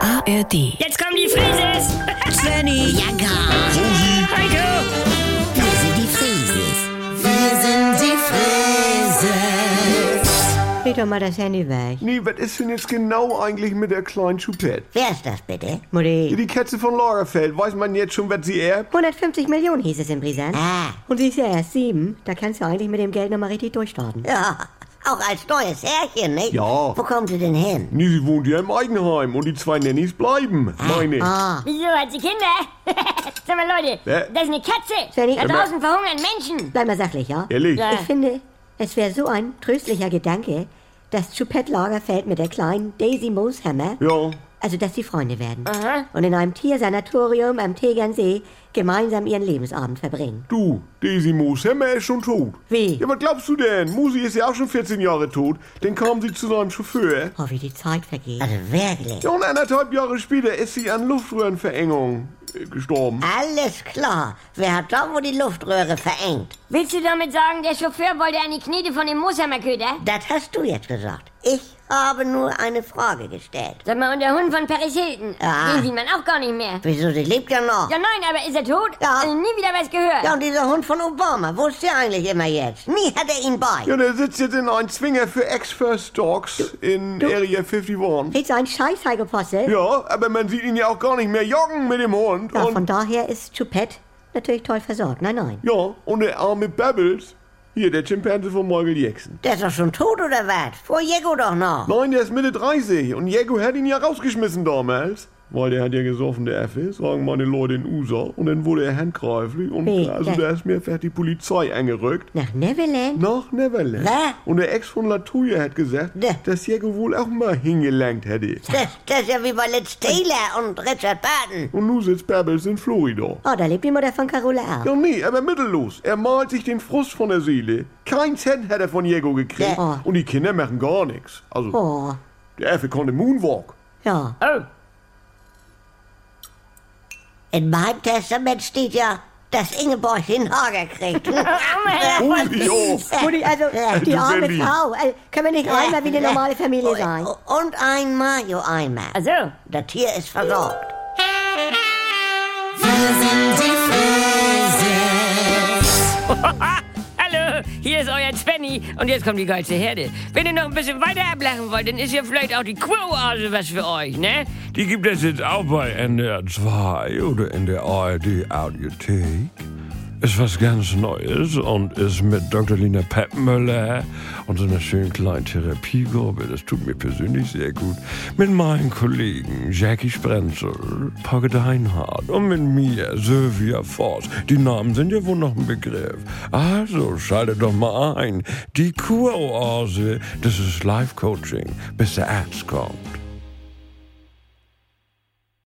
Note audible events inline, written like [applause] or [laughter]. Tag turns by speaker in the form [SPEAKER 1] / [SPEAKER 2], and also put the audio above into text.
[SPEAKER 1] ARD.
[SPEAKER 2] Jetzt kommen die Frises! [laughs]
[SPEAKER 3] Benny. Ja, gar.
[SPEAKER 2] Heiko!
[SPEAKER 3] Wir sind die Frieses. Wir sind die Frieses.
[SPEAKER 4] Leg doch mal das Handy weg.
[SPEAKER 5] Nee, was ist denn jetzt genau eigentlich mit der kleinen Choupette?
[SPEAKER 3] Wer ist das bitte? [laughs]
[SPEAKER 4] Mutti.
[SPEAKER 5] Die Katze von Lagerfeld, weiß man jetzt schon, was sie erbt?
[SPEAKER 4] 150 Millionen hieß es in Brisant.
[SPEAKER 3] Ah,
[SPEAKER 4] Und sie ist ja erst sieben. Da kannst du eigentlich mit dem Geld nochmal richtig durchstarten.
[SPEAKER 3] ja. Auch als neues Herrchen, ne? nicht?
[SPEAKER 5] Ja.
[SPEAKER 3] Wo kommt sie denn hin?
[SPEAKER 5] Nee, sie wohnt ja im Eigenheim und die zwei Nannies bleiben, meine ich.
[SPEAKER 3] Ah,
[SPEAKER 2] Wieso hat sie Kinder? Sag mal, Leute,
[SPEAKER 5] Hä?
[SPEAKER 2] das ist eine Katze!
[SPEAKER 4] Svenny.
[SPEAKER 2] Da draußen verhungern Menschen!
[SPEAKER 4] Bleib mal sachlich, ja?
[SPEAKER 5] Ehrlich?
[SPEAKER 2] Ja.
[SPEAKER 4] Ich finde, es wäre so ein tröstlicher Gedanke, dass Choupette Lagerfeld mit der kleinen Daisy Mooshammer,
[SPEAKER 5] Ja.
[SPEAKER 4] also dass sie Freunde werden.
[SPEAKER 2] Aha.
[SPEAKER 4] Und in einem Tiersanatorium am Tegernsee gemeinsam ihren Lebensabend verbringen.
[SPEAKER 5] Du, Daisy Moos Hemmer ist schon tot.
[SPEAKER 4] Wie?
[SPEAKER 5] Ja, was glaubst du denn? Musi ist ja auch schon 14 Jahre tot. Dann kam sie zu seinem Chauffeur.
[SPEAKER 4] Oh, wie die Zeit vergeht.
[SPEAKER 3] also wirklich.
[SPEAKER 5] Ja, und anderthalb Jahre später ist sie an Luftröhrenverengung äh, gestorben.
[SPEAKER 3] Ah. Alles klar. Wer hat da wohl die Luftröhre verengt?
[SPEAKER 2] Willst du damit sagen, der Chauffeur wollte an die Knete von dem Mooshammerköder?
[SPEAKER 3] Das hast du jetzt gesagt. Ich habe nur eine Frage gestellt.
[SPEAKER 2] Sag mal, und der Hund von Paris Hilton?
[SPEAKER 3] Ah.
[SPEAKER 2] Den sieht man auch gar nicht mehr.
[SPEAKER 3] Wieso, sie lebt ja noch.
[SPEAKER 2] Ja, nein, aber ist er tot?
[SPEAKER 3] Ja.
[SPEAKER 2] Also nie wieder was gehört.
[SPEAKER 3] Ja, und dieser Hund von Obama, wo ist der eigentlich immer jetzt? Nie hat er ihn bei.
[SPEAKER 5] Ja, der sitzt jetzt in einem Zwinger für Ex-First Dogs in Area 51.
[SPEAKER 4] Willst du einen Scheiß, Heiko Posse?
[SPEAKER 5] Ja, aber man sieht ihn ja auch gar nicht mehr joggen mit dem Hund.
[SPEAKER 4] Ja,
[SPEAKER 5] und
[SPEAKER 4] von daher ist Choupette natürlich toll versorgt. Nein, nein.
[SPEAKER 5] Ja, und der arme Bubbles. Hier, der Schimpanse von Michael Jackson.
[SPEAKER 3] Der ist doch schon tot oder was? Vor Jego doch noch.
[SPEAKER 5] Nein, der ist Mitte 30 und Jago hat ihn ja rausgeschmissen damals. Weil der hat ja gesoffen, der Affe, sagen meine Leute in USA. Und dann wurde er handgreiflich und
[SPEAKER 4] Wie,
[SPEAKER 5] also
[SPEAKER 4] der-
[SPEAKER 5] da ist mir fährt die Polizei angerückt.
[SPEAKER 4] Nach Neverland?
[SPEAKER 5] Nach Neverland.
[SPEAKER 3] Hä?
[SPEAKER 5] Und der Ex von Latoya hat gesagt,
[SPEAKER 3] Ne.
[SPEAKER 5] dass Jago wohl auch mal hingelangt hätte.
[SPEAKER 3] Das, das ist ja wie bei Liz Taylor und Richard Burton.
[SPEAKER 5] Und nun sitzt Bubbles in Florida.
[SPEAKER 4] Oh, da lebt die Mutter von Carola auch.
[SPEAKER 5] Ja, nee, aber mittellos. Er malt sich den Frust von der Seele. Kein Cent hat er von Diego gekriegt.
[SPEAKER 4] Ja.
[SPEAKER 5] Und die Kinder machen gar nichts. Also,
[SPEAKER 4] Oh,
[SPEAKER 5] der Affe konnte Moonwalk.
[SPEAKER 4] ja.
[SPEAKER 2] Oh.
[SPEAKER 3] In meinem Testament steht ja, dass Ingeborg den Hager kriegt.
[SPEAKER 5] Oh, jo.
[SPEAKER 4] Mutti, also, die
[SPEAKER 5] du
[SPEAKER 4] arme
[SPEAKER 5] Sandy.
[SPEAKER 4] Frau. Also, können wir nicht einmal wie eine normale Familie sein? Also?
[SPEAKER 3] Und ein Mayo-Eimer.
[SPEAKER 2] Ach so.
[SPEAKER 3] Das Tier ist versorgt.
[SPEAKER 6] Ah, Hallo, hier ist euer Svenny und jetzt kommt die geilste Herde. Wenn ihr noch ein bisschen weiter ablachen wollt, dann ist hier vielleicht auch die Quo-Oase was für euch, ne?
[SPEAKER 7] Die gibt es jetzt auch bei NDR 2 oder in der ARD Audiothek. Ist was ganz Neues und ist mit Dr. Lina Peppmüller und so einer schönen kleinen Therapiegruppe, das tut mir persönlich sehr gut, mit meinen Kollegen Jackie Sprenzel, Pogge Deinhardt und mit mir, Sylvia Voss. Die Namen sind ja wohl noch ein Begriff. Also schaltet doch mal ein. Die Kuroase, das ist Life-Coaching, bis der Arzt kommt.